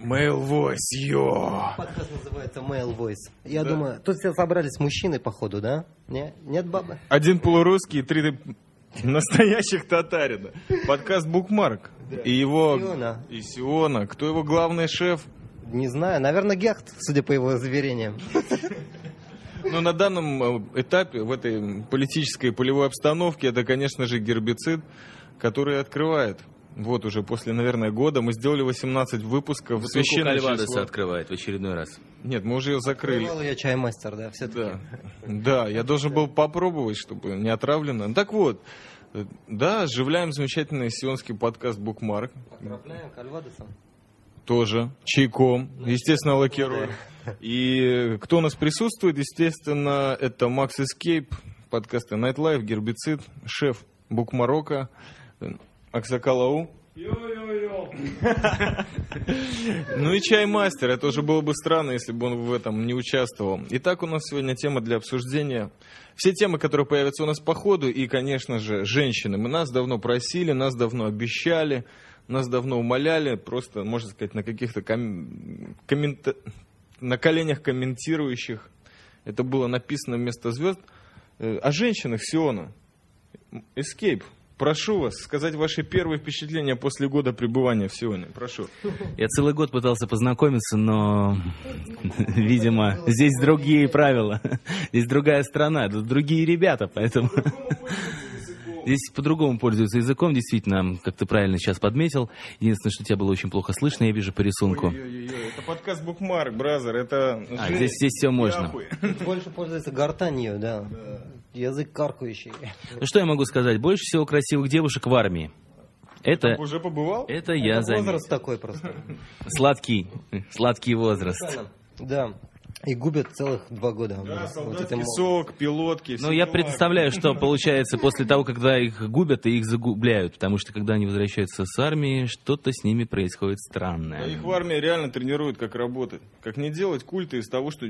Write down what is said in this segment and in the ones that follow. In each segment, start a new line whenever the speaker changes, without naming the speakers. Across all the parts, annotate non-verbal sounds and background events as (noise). Mail Voice, йо!
Подкаст называется Male Voice. Я думаю, тут все собрались мужчины, походу, да? Не? Нет бабы?
Один полурусский, три настоящих татарина. Подкаст Букмарк. И его...
Сиона.
И Сиона. Кто его главный шеф?
Не знаю, наверное, Гехт, судя по его заверениям.
Ну, на данном э, этапе, в этой политической полевой обстановке, это, конечно же, гербицид, который открывает. Вот уже после, наверное, года мы сделали 18 выпусков.
Бутылку
Священное
Кальвадоса
число.
открывает в очередной раз.
Нет, мы уже ее закрыли.
Открывал ее чаймастер, да, все-таки.
Да, да, я должен был попробовать, чтобы не отравлено. Ну, Так вот, э, да, оживляем замечательный сионский подкаст «Букмарк».
Отправляем кальвадосом.
Тоже чайком, естественно, лакируем. И кто у нас присутствует, естественно, это Макс Эскейп, подкасты Nightlife, Гербицид, шеф Букмарока, э, Аксакалау. (laughs) Ну и чаймастер. Это уже было бы странно, если бы он в этом не участвовал. Итак, у нас сегодня тема для обсуждения. Все темы, которые появятся у нас по ходу, и, конечно же, женщины. Мы нас давно просили, нас давно обещали, нас давно умоляли. Просто, можно сказать, на каких-то ком- коммент- на коленях комментирующих. Это было написано вместо звезд. Э, О женщинах Сиона. Эскейп. Прошу вас сказать ваши первые впечатления после года пребывания в Сионе. Прошу.
Я целый год пытался познакомиться, но, (laughs) видимо, здесь другие правила. (laughs) Здесь другая страна, тут другие ребята, поэтому... (laughs) Здесь по-другому пользуются языком, действительно, как ты правильно сейчас подметил. Единственное, что тебя было очень плохо слышно, я вижу по рисунку.
Ой-ой-ой, это подкаст Букмарк, бразер, это...
А,
жесть.
здесь, здесь все
Я
можно.
хуй.
Больше пользуется гортанью, да. Язык каркающий.
Ну, что я могу сказать? Больше всего красивых девушек в армии. Это,
Уже побывал?
это я
Это
заметил.
Возраст такой просто.
Сладкий, (laughs) сладкий возраст.
Да. И губят целых два года.
Да,
Вот
солдатский
этим
сок, пилотки. все
Ну, я
дела.
представляю,
(laughs)
что получается после того, когда их губят, и их загубляют, потому что когда они возвращаются с армии, что-то с ними происходит
Да Их
странное.
в армии реально тренируют, как работать. Как не делать культы из того, что...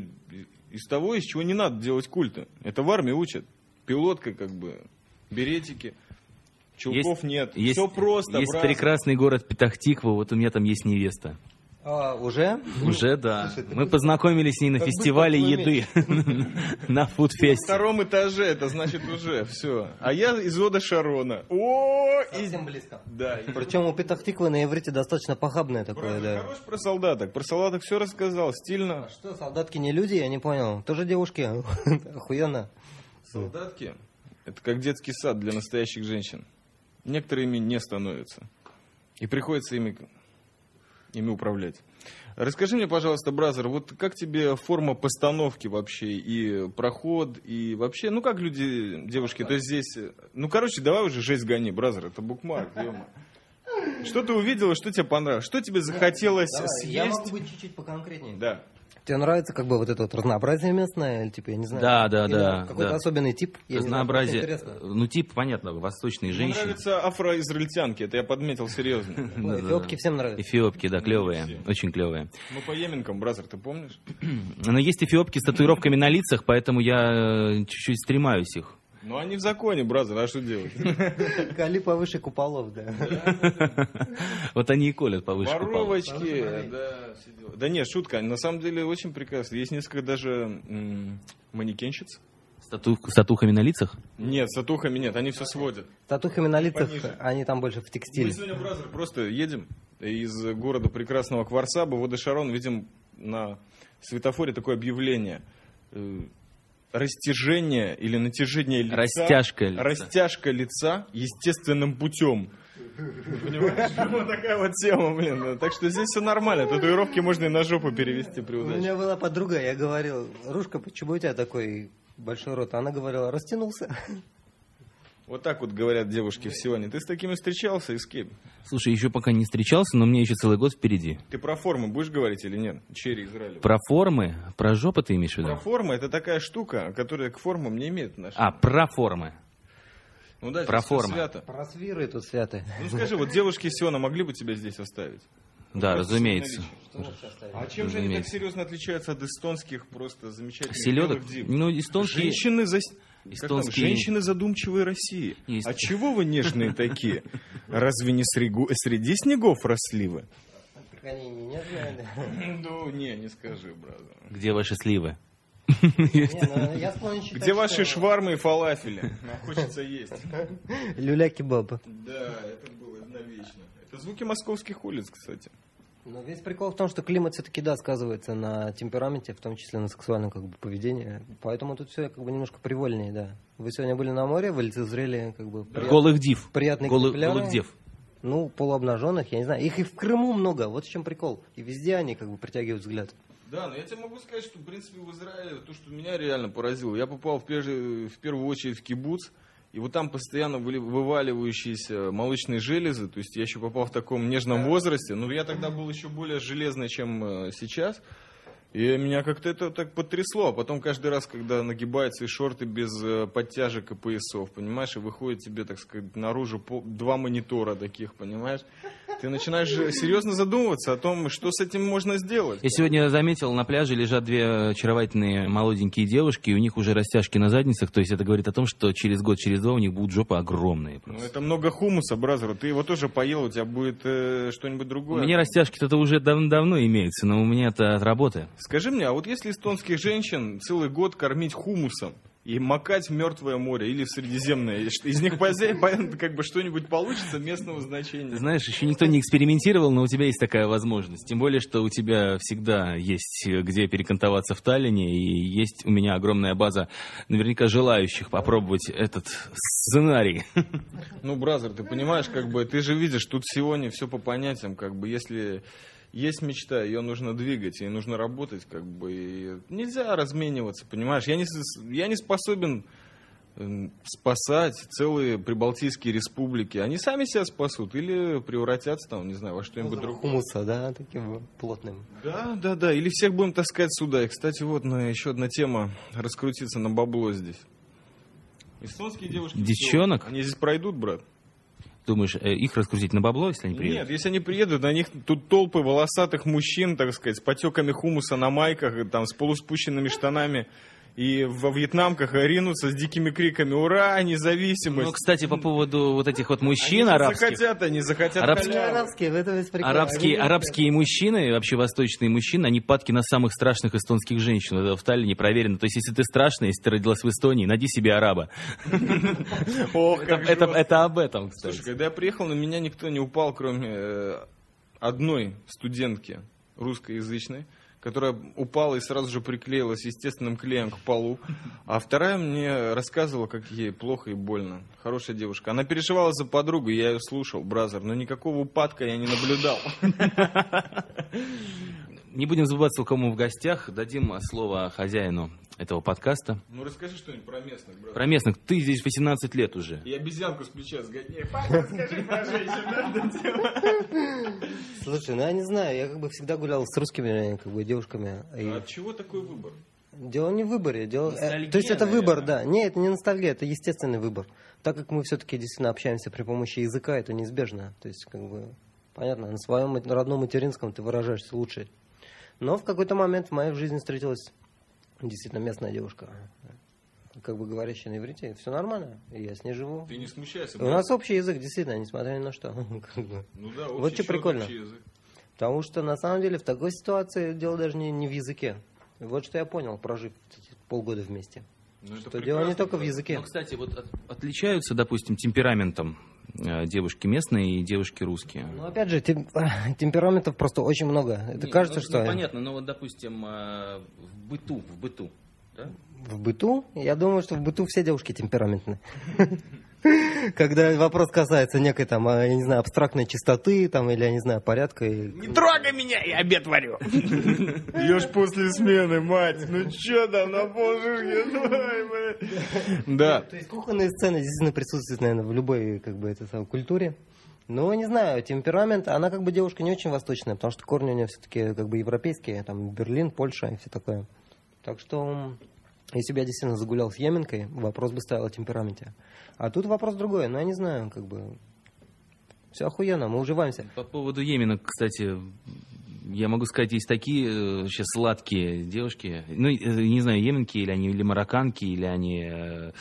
Из того, из чего не надо делать культы. Это в армии учат. Пилотка, как бы, беретики. Чулков нет.
Есть,
все просто,
есть
бразер.
прекрасный город Петахтиква, вот у меня там есть невеста.
А, уже?
Ну,
Уже да. Мы познакомились с ней на
как
фестивале
быстро ты
еды,
(laughs)
на
На
фудфесте.
втором этаже, это значит уже все. А я из Ода Шарона. О, и...
Совсем близко.
Да, и
Причем у Петахтиквы на иврите достаточно похабное такое,
Правильно,
да.
Хорош про солдаток. Про солдаток все рассказал, стильно.
А Что, солдатки не люди, я не понял. Тоже девушки? (laughs) Охуенно.
Солдатки — это как детский сад для настоящих женщин. Некоторыми не становятся. И приходится ими, ими управлять. Расскажи мне, пожалуйста, Бразер, вот как тебе форма постановки вообще и проход, и вообще, ну как люди, девушки, то есть здесь... э, Ну, короче, давай уже жесть гони, Бразер, это букмарк, ё-моё. Что ты увидела, что тебе понравилось, что тебе захотелось
я могу
съесть?
быть чуть-чуть поконкретнее.
Да.
Тебе нравится как бы вот это вот разнообразие местное, или типа, я не знаю.
Да, да,
или
да,
Какой-то
да.
особенный тип. я не знаю, просто
Разнообразие. (laughs)
интересно.
Ну, тип, понятно, восточные
Мне
женщины.
нравятся афроизраильтянки, это я подметил серьезно.
Ну,
Да-да-да.
эфиопки всем нравятся.
Эфиопки, да,
не
клевые,
все.
очень клевые.
Мы по Еменкам, Бразер, ты помнишь?
Но есть эфиопки с татуировками на лицах, поэтому я э, чуть-чуть стремаюсь их.
Ну они в законе, Бразер, а что делать?
(laughs) Кали повыше куполов,
(laughs)
да.
Вот они и колят повыше купола.
Воровочки, да, все дела. Да нет, шутка, на самом деле очень прекрасно. Есть несколько даже м, манекенщиц.
С, тату- с татухами на лицах?
Нет, с татухами нет, они все сводят.
С Татухами на лицах,
Пониже.
они там больше в
Мы
текстиле.
сегодня, Бразер, просто едем из города прекрасного Кварсаба, воды Шарон, видим на светофоре такое объявление. Э, Растяжение или натяжение лица.
Растяжка лица.
Растяжка лица естественным путем. Понимаешь? (laughs) Вот такая вот тема, блин. Так что здесь все нормально. Татуировки можно и на жопу перевести при
У
удаче.
меня была подруга, я говорил, Рушка, почему у тебя такой большой рот? Она говорила, растянулся. (laughs)
Вот так вот говорят девушки в Сионе. Ты с такими встречался, Эскейп?
Слушай, еще пока не встречался, но мне еще целый год впереди.
Ты про формы будешь говорить или нет? Черри Израиля.
Про формы, про жопы ты имеешь в
Про
виду?
формы это такая штука, которая к формам не имеет отношения.
А, про формы.
Ну да,
А, Про
здесь всё
формы.
свято.
Просвиры тут святы.
Ну скажи, вот девушки из Сиона могли бы тебя здесь оставить?
Да,
Просто
разумеется.
Ну, наличие. А чем же они так
Разумеется.
серьезно отличаются от эстонских просто замечательных
Селедок?
белых див?
Ну, эстонские...
Женщины зас- как там,
Эстонские-
Женщины задумчивые России.
Есть.
А чего вы нежные такие? Разве не среди, среди снегов росли вы?
отклонений нет,
(laughs)
наверное?
Ну, не, не скажи, брат.
Где ваши сливы?
Не, ну, я склонен считать,
Где ваши
что
швармы и фалафели? Нам хочется есть.
Люля-кебаб.
Да, это было навечно. Это звуки московских улиц, кстати.
Но весь прикол в том, что климат все-таки, да, сказывается на темпераменте, в том числе на сексуальном как бы, поведении. Поэтому тут все как бы немножко привольнее, да. Вы сегодня были на море, вы лицезрели как бы... прият-
Голых див.
приятные
Голы-
экземпляры.
голых дев.
Ну, полуобнаженных, я не знаю. Их и в Крыму много, вот в чем прикол. И везде они как бы притягивают взгляд.
Да, но я тебе могу сказать, что, в принципе, в Израиле то, что меня реально поразило, я попал в, прежде- в первую очередь в кибуц, и вот там постоянно были вываливающиеся молочные железы, то есть я еще попал в таком нежном возрасте, но я тогда был еще более железный, чем э, сейчас, и меня как-то это так потрясло, а потом каждый раз, когда нагибаются и шорты без э, подтяжек и поясов, понимаешь, и выходит тебе, так сказать, наружу по- два монитора таких, понимаешь, ты начинаешь же серьезно задумываться о том, что с этим можно сделать.
Я сегодня заметил, на пляже лежат две очаровательные молоденькие девушки, и у них уже растяжки на задницах, то есть это говорит о том, что через год, через два у них будут жопы огромные.
Ну,
просто.
это много хумуса, бразер. Ты его тоже поел, у тебя будет э, что-нибудь
У
другое.
меня растяжки-то уже давно-давно имеются, но у меня это от работы.
Скажи мне, а вот если эстонских женщин целый год кормить хумусом и макать в Мертвое море или в Средиземное, и что- из них (laughs) позе- по- как бы что-нибудь получится местного
Ты
значения?
знаешь, еще никто не экспериментировал, но у тебя есть такая возможность. Тем более, что у тебя всегда есть э, где перекантоваться в Таллине, и есть у меня огромная база наверняка желающих попробовать этот сценарий. (laughs)
Ну, бразер, ты понимаешь, как бы ты же видишь, тут сегодня все по понятиям, как бы если есть мечта, ее нужно двигать, ей нужно работать, как бы и нельзя размениваться, понимаешь? Я не, с- я не способен эм, спасать целые прибалтийские республики. Они сами себя спасут или превратятся там, не знаю, во что-нибудь другое.
Ну, Хумуса, да, таким вот плотным.
Да, да, да. Или всех будем таскать сюда. И, кстати, вот на, еще одна тема раскрутиться на бабло здесь. Эстонские девушки.
Девчонок?
Они здесь пройдут, брат.
Думаешь, э, их раскрутить на бабло, если они приедут?
Нет, если они приедут, на них тут толпы волосатых мужчин, так сказать, с потеками хумуса на майках, и там, с полуспущенными штанами. И во вьетнамках ринутся с дикими криками «Ура! Независимость!»
Ну, кстати, по поводу вот этих вот
Они
мужчин
же
арабских.
захотят, они захотят
Арабские-
Они
халявы.
Ну, арабские, в этом весь прикол.
Арабские,
Они-
арабские мужчины, вообще восточные мужчины, они падки на самых страшных эстонских женщин. Это в Таллине проверено. То есть, если ты страшная, если ты родилась в Эстонии, найди себе араба.
Ох,
Это,
как
это-
жестко.
это об этом, кстати.
Слушай, когда я приехал, на меня никто не упал, кроме э, одной студентки русскоязычной, которая упала и сразу же приклеилась естественным клеем к полу. А вторая мне рассказывала, как ей плохо и больно. Хорошая девушка. Она переживала за подругу, я ее слушал, бразер, но никакого упадка я не наблюдал.
Не будем забываться, у кому в гостях. Дадим слово хозяину этого подкаста.
Ну расскажи что-нибудь про местных, бразер.
Про местных. Ты здесь 18 лет уже.
И обезьянку с плеча сгоднее. Паша, расскажи про женщин.
Слушай, ну я не знаю, я как бы всегда гулял с русскими как бы девушками. и-
А От чего такой выбор?
Дело не в выборе, дело... э,
Ностальгия,
то есть это выбор,
наверное.
да. Нет, это не ностальгия, это естественный выбор. Так как мы все-таки действительно общаемся при помощи языка, это неизбежно. То есть, как бы, понятно, на своем мат- родном материнском ты выражаешься лучше. Но в какой-то момент в моей жизни встретилась действительно местная девушка, как бы говорящая на иврите, все нормально, и я с ней живу.
Ты не смущайся.
И У нас общий язык, действительно, несмотря ни на что. (laughs) как бы.
Ну да,
Вот
общий
чё
счёт,
прикольно.
общий язык.
Потому что на самом деле в такой ситуации дело даже не, не в языке. Вот что я понял, прожив эти полгода вместе.
Ну, это
Что дело не
прекрасно,
только в
да.
языке.
Ну, кстати, вот от- отличаются, допустим, темпераментом э, девушки местные и девушки русские.
Ну, опять же, тем- (laughs) темпераментов просто очень много. Это
Не,
кажется,
ну,
что
ну, понятно, но вот, допустим, э, в быту, в быту, да?
в быту, я думаю, что в быту все девушки темпераментны. (laughs) Когда вопрос касается некой там, а, я не знаю, абстрактной чистоты, там, или, я не знаю, порядка. и-
Не трогай меня, я обед варю. Ешь после смены, мать. Ну чё там на полжишки? Да.
То есть кухонные сцены действительно присутствуют, наверное, в любой, как бы, этой самой культуре. Но, не знаю, темперамент, она как бы девушка не очень восточная, потому что корни у нее все-таки как бы европейские, там, Берлин, Польша и все такое. Так что, м, если бы я действительно загулял с Еменкой, вопрос бы стоял о темпераменте. А тут вопрос другой, но я не знаю, как бы... Все охуенно, мы уживаемся.
По поводу Йемена, кстати, я могу сказать, есть такие сейчас сладкие девушки, ну, э, не знаю, еменки или они, или марокканки, или они э,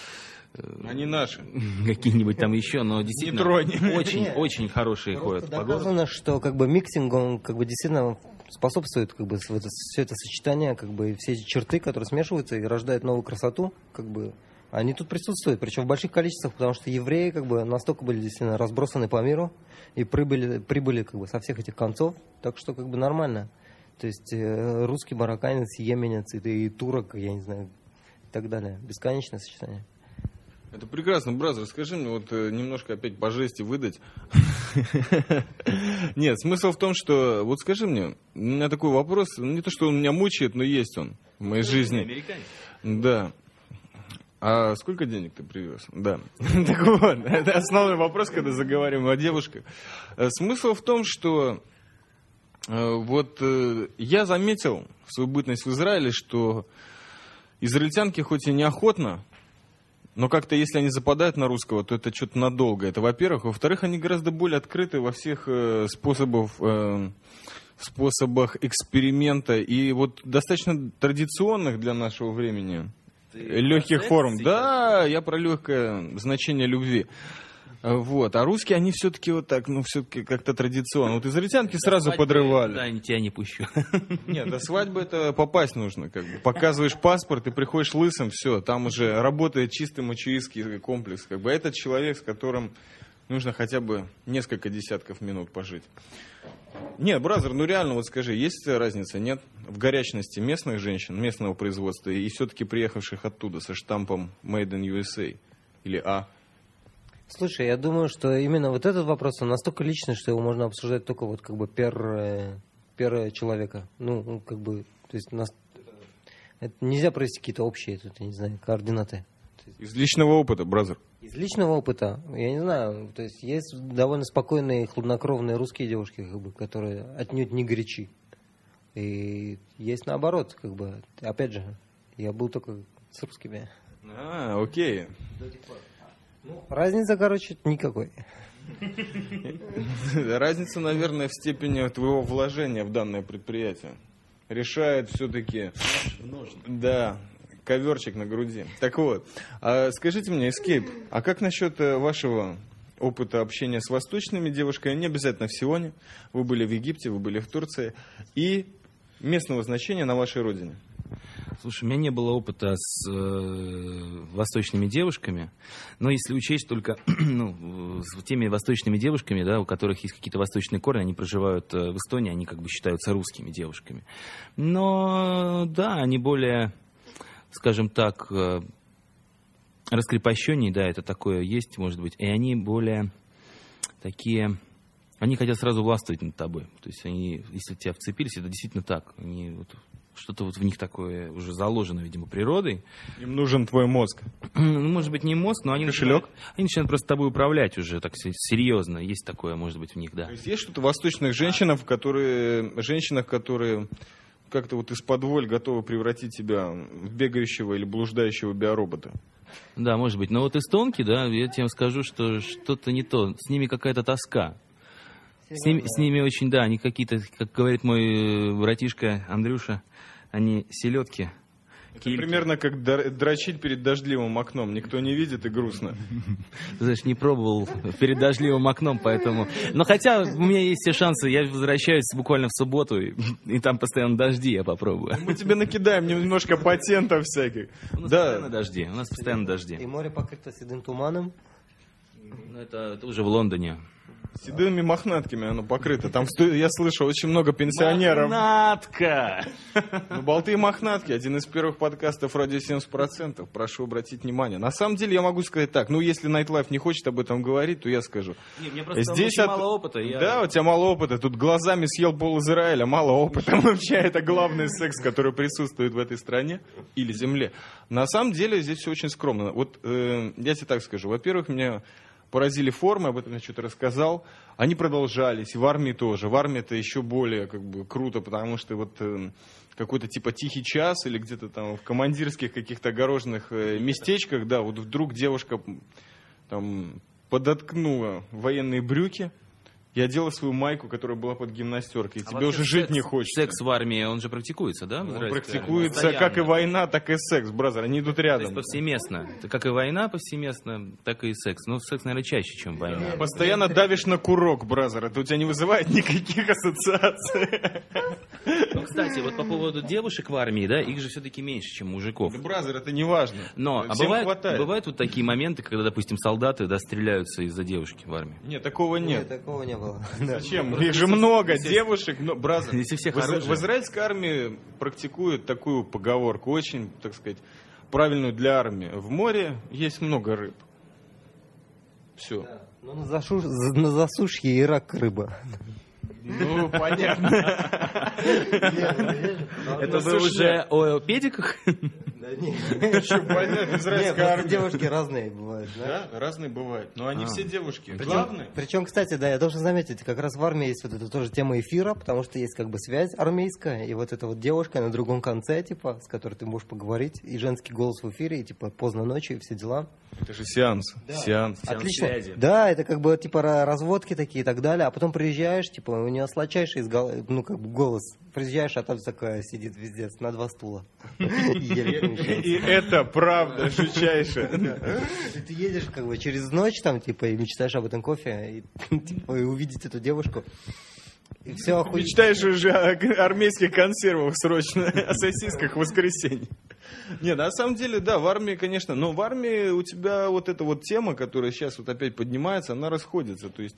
Они наши.
(laughs) какие-нибудь там еще, но действительно
тронь.
очень,
Нет.
очень хорошие ходят
Просто
по городу.
доказано, что как бы миксинг, он как бы действительно способствует как бы с- вот это- все это сочетание, как бы все эти черты, которые смешиваются и рождают новую красоту, как бы они тут присутствуют, причем в больших количествах, потому что евреи как бы настолько были действительно разбросаны по миру и прибыли, прибыли как бы со всех этих концов, так что как бы нормально. То есть э, русский марокканец, еменец и, и турок, я не знаю, и так далее. Бесконечное сочетание.
Это прекрасно, Браз, расскажи мне, вот э, немножко опять по жести выдать. Нет, смысл в том, что, вот скажи мне, у меня такой вопрос, ну, не то, что он меня мучает, но есть он в моей жизни.
Американец.
Да. А сколько денег ты привез? Да. (laughs) Так вот, это основной вопрос, когда заговариваем о девушках. Э, Смысл в том, что э, вот э, я заметил в свою бытность в Израиле, что израильтянки хоть и неохотно, но как-то если они западают на русского, то это что-то надолго. Это во-первых. Во-вторых, они гораздо более открыты во всех э, способов, э, способах эксперимента и вот достаточно традиционных для нашего времени
Ты
легких
процесс
форм.
сейчас?
Да, я про легкое значение любви. Э, Вот. А русские, они все-таки вот так, ну, все-таки как-то традиционно. Вот израильтянки сразу
Свадьбы,
подрывали.
Да, я тебя не пущу.
Нет, до свадьбы это попасть нужно. Как бы. Показываешь паспорт, ты приходишь лысым, все. Там уже работает чистый мочеистский комплекс. Как бы. А Этот человек, с которым нужно хотя бы несколько десятков минут пожить. Нет, Бразер, ну реально, вот скажи, есть разница, нет? В горячности местных женщин, местного производства и все-таки приехавших оттуда со штампом Made in USA или А?
Слушай, я думаю, что именно вот этот вопрос, он настолько личный, что его можно обсуждать только вот как бы пер, э, пер человека. Ну, ну, как бы, то есть нас... это нельзя провести какие-то общие, тут, я не знаю, координаты.
Из личного опыта, Бразер.
Из личного опыта, я не знаю, то есть есть довольно спокойные, хладнокровные русские девушки, как бы, которые отнюдь не горячи. И есть наоборот, как бы, опять же, я был только с русскими.
А, окей.
Разница, короче, никакой.
(laughs) Разница, наверное, в степени твоего вложения в данное предприятие. Решает все-таки... Да, коверчик на груди. Так вот, а скажите мне, Эскейп, а как насчет э, вашего опыта общения с восточными девушками? Не обязательно в Сионе. Вы были в Египте, вы были в Турции. И местного значения на вашей родине.
Слушай, у меня не было опыта с э, восточными девушками, но если учесть только (clears throat) ну, э, с теми восточными девушками, да, у которых есть какие-то восточные корни, они проживают э, в Эстонии, они как бы считаются русскими девушками. Но да, они более, скажем так, э, раскрепощеннее, да, это такое есть, может быть, и они более такие... Они хотят сразу властвовать над тобой. То есть они, если в тебя вцепились, это действительно так. Они вот что-то вот в них такое уже заложено, видимо, природой. (clears throat)
Им нужен твой мозг.
Ну, может быть, не мозг, но они...
Кошелек?
начинают- они начинают просто тобой управлять уже так се- серьезно. Есть такое, может быть, в них, да.
То есть есть что-то в восточных женщинах, которые, женщинах, которые как-то вот из-под воль готовы превратить тебя в бегающего или блуждающего биоробота.
Да, может быть. Но вот эстонки, да, я тебе скажу, что что-то не то. С ними какая-то тоска. С ними, с ними очень, да, они какие-то, как говорит мой э, братишка Андрюша, они селедки.
Это
Кильки.
примерно как дор- дрочить перед дождливым окном. Никто не видит и грустно.
Ты знаешь, не пробовал перед дождливым окном, поэтому... Но хотя у меня есть все шансы, я возвращаюсь буквально в субботу, и, и там постоянно дожди, я попробую.
Мы тебе накидаем немножко патентов всяких.
У нас
Да,
постоянно дожди, у нас постоянно
И
дожди.
море покрыто седым туманом.
Ну, Это, это уже в Лондоне.
седыми мохнатками оно покрыто. Там, в сту- я слышал, очень много пенсионеров.
Натка!
Ну, «Болты и мохнатки» — один из первых подкастов «Радио 70%». Прошу обратить внимание. На самом деле я могу сказать так. Ну, если Nightlife не хочет об этом говорить, то я скажу.
Не, мне просто
Здесь
очень
от-
мало опыта. я-
Да, у тебя мало опыта. Тут глазами съел пол Израиля. Мало опыта. (laughs) Вообще, это главный секс, который присутствует в этой стране или земле. На самом деле здесь все очень скромно. Вот э, я тебе так скажу. Во-первых, меня поразили формы, об этом я что-то рассказал. Они продолжались, и в армии тоже. В армии это еще более как бы, круто, потому что вот э, какой-то типа тихий час или где-то там в командирских каких-то огороженных э, местечках, да, вот вдруг девушка м, там подоткнула военные брюки, Я делал свою майку, которая была под гимнастеркой. и
А
тебе
вообще
уже жить
секс-
не хочется.
Секс в армии, он же практикуется, да? в
Он
Израиле?
практикуется
Постоянно.
как и война, так и секс, бразер. Они идут
То есть
рядом.
повсеместно. Это Как и война повсеместно, так и секс. Но секс, наверное, чаще, чем война.
Постоянно давишь на курок, бразер. Это у тебя не вызывает никаких ассоциаций.
Ну, кстати, вот по поводу девушек в армии, да, их же все-таки меньше, чем мужиков.
Да, бразер, это не важно.
Но а
Всем
бывают,
хватает.
бывают вот такие моменты, когда, допустим, солдаты да, стреляются из-за девушки в армии.
Нет, такого нет.
такого не было.
Зачем? Их же много девушек, но бразер.
Если всех
в, изра-
оружие.
в израильской армии практикуют такую поговорку, очень, так сказать, правильную для армии. В море есть много рыб. Все.
Ну, на, зашу- за- на засушье и рак рыба.
Ну, понятно.
(laughs)
Это вы
слушай,
уже Ну, о педиках?
Еще понятно,
Нет,
израильская
просто
армия.
девушки разные бывают, да?
Да, разные бывают. Но они
А.
все девушки.
Причем-
Главное,
Причем, кстати, да, я должен заметить, как раз в армии есть вот эта тоже тема эфира, потому что есть как бы связь армейская, и вот эта вот девушка на другом конце, типа, с которой ты можешь поговорить, и женский голос в эфире, и типа поздно ночью, и все дела.
это же сеанс. Сеанс.
Сеанс
Отлично.
связи.
Да, это как бы типа ра- разводки такие и так далее, а потом приезжаешь, типа, у нее сладчайший изгол- ну, как бы голос. Приезжаешь, а там такая сидит везде на два стула. Еле
(laughs)
помещается.
И это правда жучайшая.
И Ты едешь как бы через ночь там, типа, и мечтаешь об этом кофе, и, (laughs) типа, и увидеть эту девушку. И все охуеть.
Мечтаешь уже о г- армейских консервах срочно, (laughs) о сосисках в воскресенье. Не, на самом деле, да, в армии, конечно, но в армии у тебя вот эта вот тема, которая сейчас вот опять поднимается, она расходится. То есть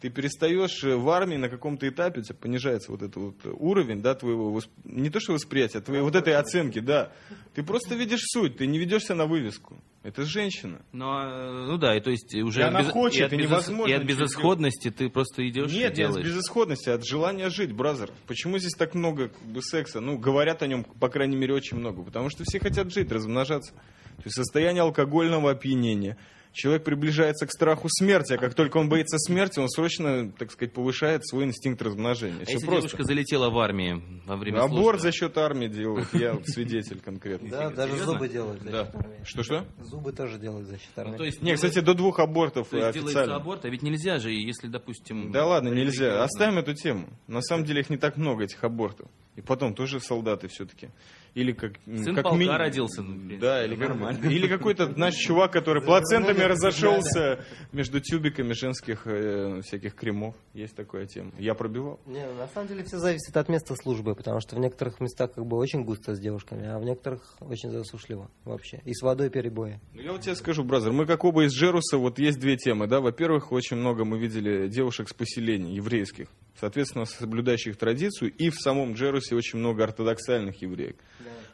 ты перестаешь э, в армии на каком-то этапе, у тебя понижается вот этот вот уровень, да, твоего, восп- не то что восприятия, а твоей вот этой оценки, да. Ты просто видишь суть, ты не ведешься на вывеску. Это женщина.
Ну, а, ну да, и то есть уже
И
от
она хочет,
от
и
безыс-
невозможно
и от
ничего
безысходности ты просто идешь
Нет,
и
не от
делаешь.
безысходности, а от желания жить, бразер. Почему здесь так много как бы, секса? Ну, говорят о нем, по крайней мере, очень много. Потому что все хотят жить, размножаться. То есть состояние алкогольного опьянения. Человек приближается к страху смерти, а как только он боится смерти, он срочно, так сказать, повышает свой инстинкт размножения.
А
Все
если
просто.
девушка залетела в армию во время
Аборт
службы?
за счет армии делают, я вот свидетель конкретно.
Да, даже
Серьезно?
зубы делают. за
Да.
счет армии.
Что-что?
Зубы тоже делают за счет
Ну,
армии.
то есть,
Не, кстати, до двух абортов
то есть делается
официально.
аборт, а ведь нельзя же, если, допустим...
Да ладно, нельзя.
религиозно.
Оставим эту тему. На самом деле их не так много, этих абортов. И потом тоже солдаты все-таки. Или как, м,
Сын
как
полка
мини-
родился. ну, в принципе,
Да, или, как-
нормально.
или какой-то наш чувак, который плацентами
Завернули,
разошелся между тюбиками женских э, всяких кремов. Есть такая тема. Я пробивал.
Не, ну, на самом деле все зависит от места службы, потому что в некоторых местах как бы очень густо с девушками, а в некоторых очень засушливо вообще. И с водой перебои.
Ну, Я вот тебе скажу, бразер, мы как оба из Джеруса, вот есть две темы, да, во-первых, очень много мы видели девушек с поселений еврейских, соответственно, соблюдающих традицию, и в самом Джерусе очень много ортодоксальных евреек.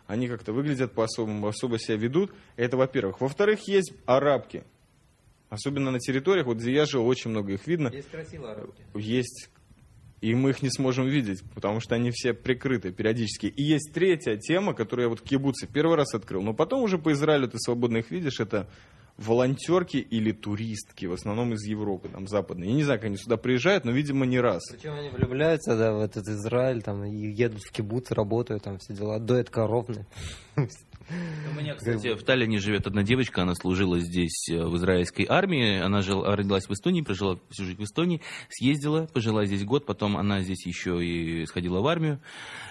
Они как-то выглядят по-особому, особо себя ведут, это во-первых. Во-вторых, есть арабки, особенно на территориях, вот где я жил, очень много их видно,
Есть красивые арабки.
есть, и мы их не сможем видеть, потому что они все прикрыты периодически. И есть третья тема, которую я вот в кибуце первый раз открыл, но потом уже по Израилю ты свободно их видишь, это волонтерки или туристки, в основном из Европы, там, западной. Я не знаю, как они сюда приезжают, но, видимо, не раз.
Причем они влюбляются, да, в этот Израиль, там, и едут в кибуц, работают, там, все дела, доят коров. на-
У меня, кстати, в Таллине живет одна девочка, она служила здесь э, в израильской армии, она жила, родилась в Эстонии, прожила всю жизнь в Эстонии, съездила, пожила здесь год, потом она здесь еще и сходила в армию,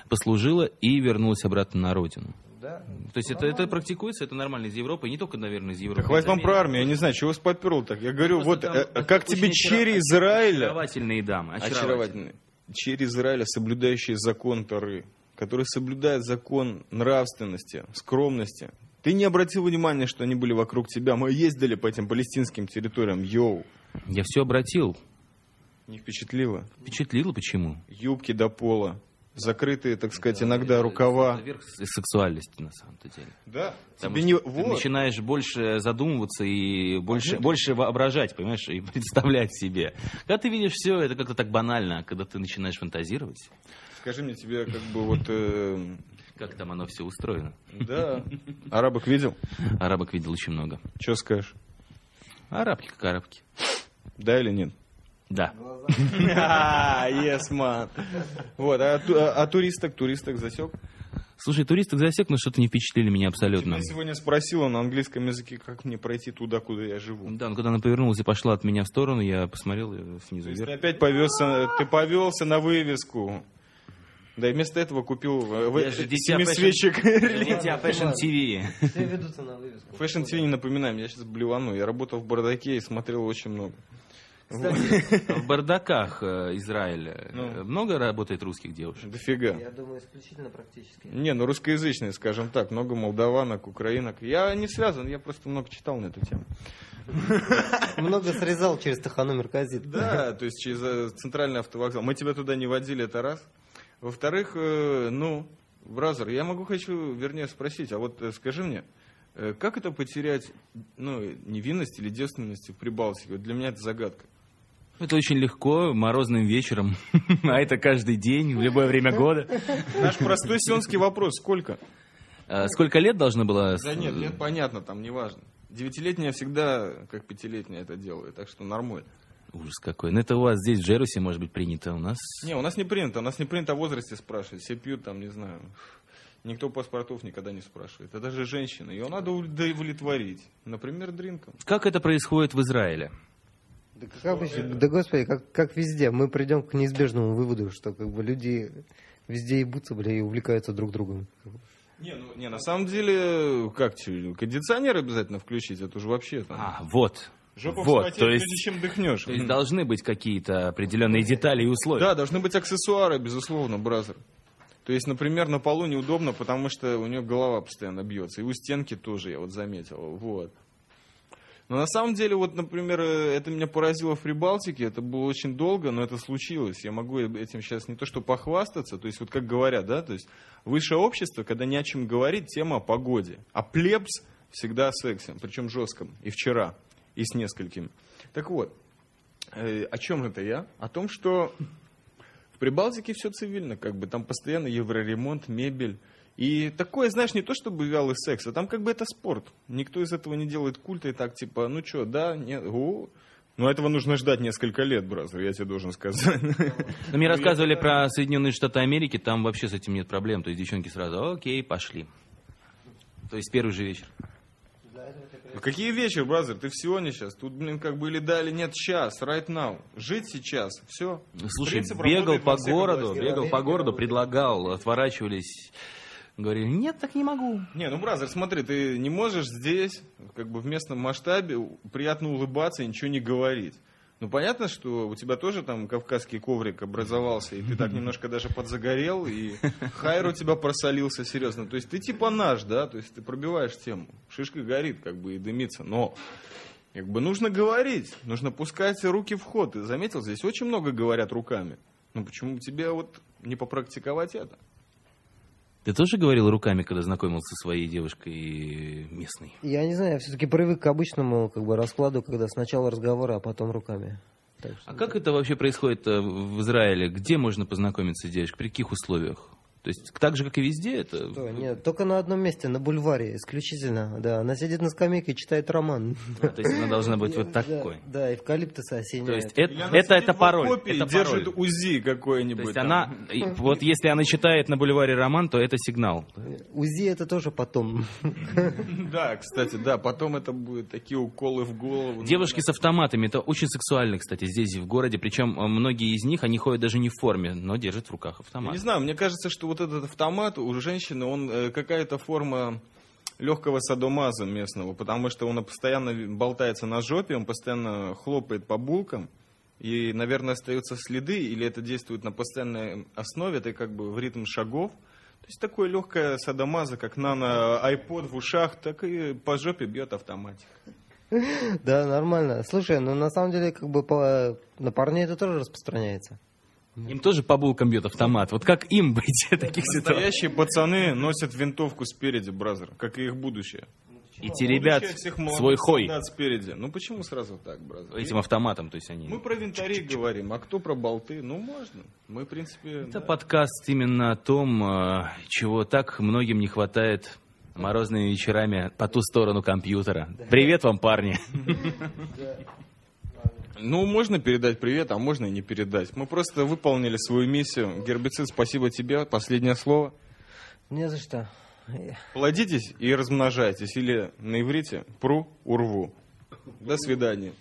послужила и вернулась обратно на родину.
Да.
То есть это, это практикуется, это нормально из Европы, и не только, наверное, из Европы.
Да хватит
из
вам
Америки.
про армию, я не знаю, чего вас поперло так. Я говорю,
Просто
вот,
там
э, э, как
очень
тебе
очара-
черри Израиля...
Очаровательные дамы. Очаровательные.
очаровательные. Черри Израиля, соблюдающие закон Тары, которые соблюдают закон нравственности, скромности. Ты не обратил внимания, что они были вокруг тебя. Мы ездили по этим палестинским территориям. Йоу,
Я все обратил.
не впечатлило.
Впечатлило почему?
Юбки до пола, закрытые, так сказать,
Да,
иногда
это-
рукава.
это верх с- сексуальности, на самом-то деле.
Да,
Потому
тебе
что
не...
ты
Вот.
начинаешь больше задумываться и
ну
больше,
да.
больше воображать, понимаешь, и (laughs) представлять себе. Когда ты видишь все, это как-то так банально, а когда ты начинаешь фантазировать,
Скажи мне, тебе как бы вот... э,
как там оно все устроено. (laughs)
да. Арабок видел?
Арабок видел очень много.
Что скажешь?
Арабки как арабки.
Да или
(laughs)
нет?
Да.
А, yes, man. Вот, а, ту- а- а туристок, туристок засек?
Слушай, туристок засек, но что-то не впечатлили меня абсолютно.
Тебя Типа, сегодня спросила на английском языке, как мне пройти туда, куда я живу.
Да, ну когда она повернулась и пошла от меня в сторону, я посмотрел её
То
снизу
есть ты
вверх.
опять повелся, ты повелся на вывеску. Да и вместо этого купил э, в-
Я же дитя
семисвечек.
Летя Fashion TV.
Все ведутся на вывеску.
(laughs) Фэшн ТВ не напоминаем, я сейчас блевану. Я работал в бардаке и смотрел очень много.
Кстати,
В бардаках э, Израиля
Ну.
э, много работает русских девушек?
(laughs) Дофига.
я думаю, исключительно практически.
Не, ну русскоязычные, скажем так, много молдаванок, украинок. Я не связан, я просто много читал на эту тему.
Много срезал через Тахану Мерказит.
(laughs) Да, то есть через э, центральный автовокзал. Мы тебя туда не водили, это раз. Во-вторых, э, ну, Бразер, я могу хочу, вернее, спросить, а вот э, скажи мне, э, как это потерять ну, невинность или девственность в Прибалтике? Вот для меня это загадка.
Это очень легко, морозным вечером. (laughs) А это каждый день, в любое время года.
Наш простой сионский вопрос, сколько?
Э, Сколько лет должно было? с-
Да нет, нет, понятно, там неважно. Девятилетняя всегда, как пятилетняя, это делает, так что нормально.
Ужас какой. Ну это у вас здесь, в Джерусе, может быть, принято. У нас
Не, у нас не принято, у нас не принято о возрасте спрашивать. Все пьют там, не знаю. Никто паспортов никогда не спрашивает. Это даже женщина. Ее надо удовлетворить. Например, дринком.
Как это происходит в Израиле?
Да, как обычно, да господи, как, как везде. Мы придем к неизбежному выводу, что как бы люди везде ебутся, бля, и увлекаются друг другом.
Не, ну, не, на самом деле, как тебе, кондиционер обязательно включить, это уже вообще там.
А, вот.
Жопу
вот,
вспотеть,
то есть,
прежде чем
(laughs)
дыхнешь.
то есть должны быть какие-то определенные детали и условия.
Да, должны быть аксессуары, безусловно, бразер. То есть, например, на полу неудобно, потому что у нее голова постоянно бьется. И у стенки тоже, я вот заметил. Вот. Но на самом деле, вот, например, э, это меня поразило в Прибалтике. Это было очень долго, но это случилось. Я могу этим сейчас не то что похвастаться, то есть вот как говорят, да, то есть высшее общество, когда ни о чем говорит, тема о погоде. А плебс всегда о сексе, причем жестком. И вчера, и с несколькими. Так вот, э, о чем это я? О том, что в Прибалтике все цивильно, как бы там постоянно евроремонт, мебель. И такое, знаешь, не то чтобы вялый секс, а там как бы это спорт. Никто из этого не делает культа и так типа, ну что, да, нет, у. Но этого нужно ждать несколько лет, бразер, я тебе должен сказать. (laughs)
Но мне
Ну, я
рассказывали про Соединенные Штаты Америки, там вообще с этим нет проблем. То есть девчонки сразу, окей, пошли. То есть первый же вечер.
Ну, Какие вещи, бразер, ты в Сионе сейчас? Тут, блин, как бы или да, или нет, сейчас, right now. Жить сейчас, все.
Слушай,
Принцип
бегал
работает во
по
всех
городу,
областях.
бегал по
Америки
городу,
работает.
предлагал, отворачивались. Говорили, нет, так не могу.
Не, ну, бразер, смотри, ты не можешь здесь, как бы в местном масштабе, у- приятно улыбаться и ничего не говорить. Ну, понятно, что у тебя тоже там кавказский коврик образовался, и ты так немножко даже подзагорел, и хайр у тебя просолился, серьезно. То есть ты типа наш, да, то есть ты пробиваешь тему. Шишка горит, как бы, и дымится, но... Как бы нужно говорить, нужно пускать руки в ход. Ты заметил, здесь очень много говорят руками. Ну почему бы тебе вот не попрактиковать это?
Ты тоже говорил руками, когда знакомился со своей девушкой местной?
Я не знаю, я все-таки привык к обычному как бы раскладу, когда сначала разговоры, а потом руками. Так что-
А как это вообще происходит э, в Израиле? Где можно познакомиться с девушкой? При каких условиях? То есть так же, как и везде, это...
Что, нет, только на одном месте, на бульваре, исключительно. Да, она сидит на скамейке и читает роман.
А, то есть она должна быть вот
Да,
такой.
Да, эвкалиптусы осенние.
То есть
Или
Э, это,
она
это,
сидит
это
в
пароль.
окопе и
это
держит
пароль.
УЗИ какое-нибудь.
То есть
там.
она, и вот если она читает на бульваре роман, то это сигнал.
УЗИ это тоже потом.
(laughs)
(laughs)
Да, кстати, да, потом это будут такие уколы в голову. Ну,
Девушки с автоматами, это очень сексуально, кстати, здесь в городе. Причем э, многие из них, они ходят даже не в форме, но держат в
Я
руках автомат.
не знаю, мне кажется, что вот этот автомат у женщины, он э, какая-то форма легкого садомаза местного, потому что он постоянно ви- болтается на жопе, он постоянно хлопает по булкам, и, наверное, остаются следы, или это действует на постоянной основе, это как бы в ритм шагов. То есть такое легкое садомаза, как нано-айпод в ушах, так и по жопе бьет автоматик.
Да, нормально. Слушай, ну на самом деле, как бы по... на парней это тоже распространяется.
Им тоже по булкам бьет автомат. Вот как им (laughs) быть в таких ситуациях?
Настоящие пацаны носят винтовку спереди, бразер, как и их будущее.
Идти ребят
Будущее всех молодых
свой хой
солдат спереди. Ну почему сразу так, бразер?
этим автоматом, то есть они...
Мы про винтари говорим, а кто про болты? Ну можно. Мы, в принципе...
Это
да.
подкаст именно о том, э, чего так многим не хватает морозными вечерами по ту сторону компьютера. Привет вам, парни.
Ну, можно передать привет, а можно и не передать. Мы просто выполнили свою миссию. Гербицид, спасибо тебе. Последнее слово.
Не за что.
Плодитесь и размножайтесь. Или на иврите пру урву. До свидания.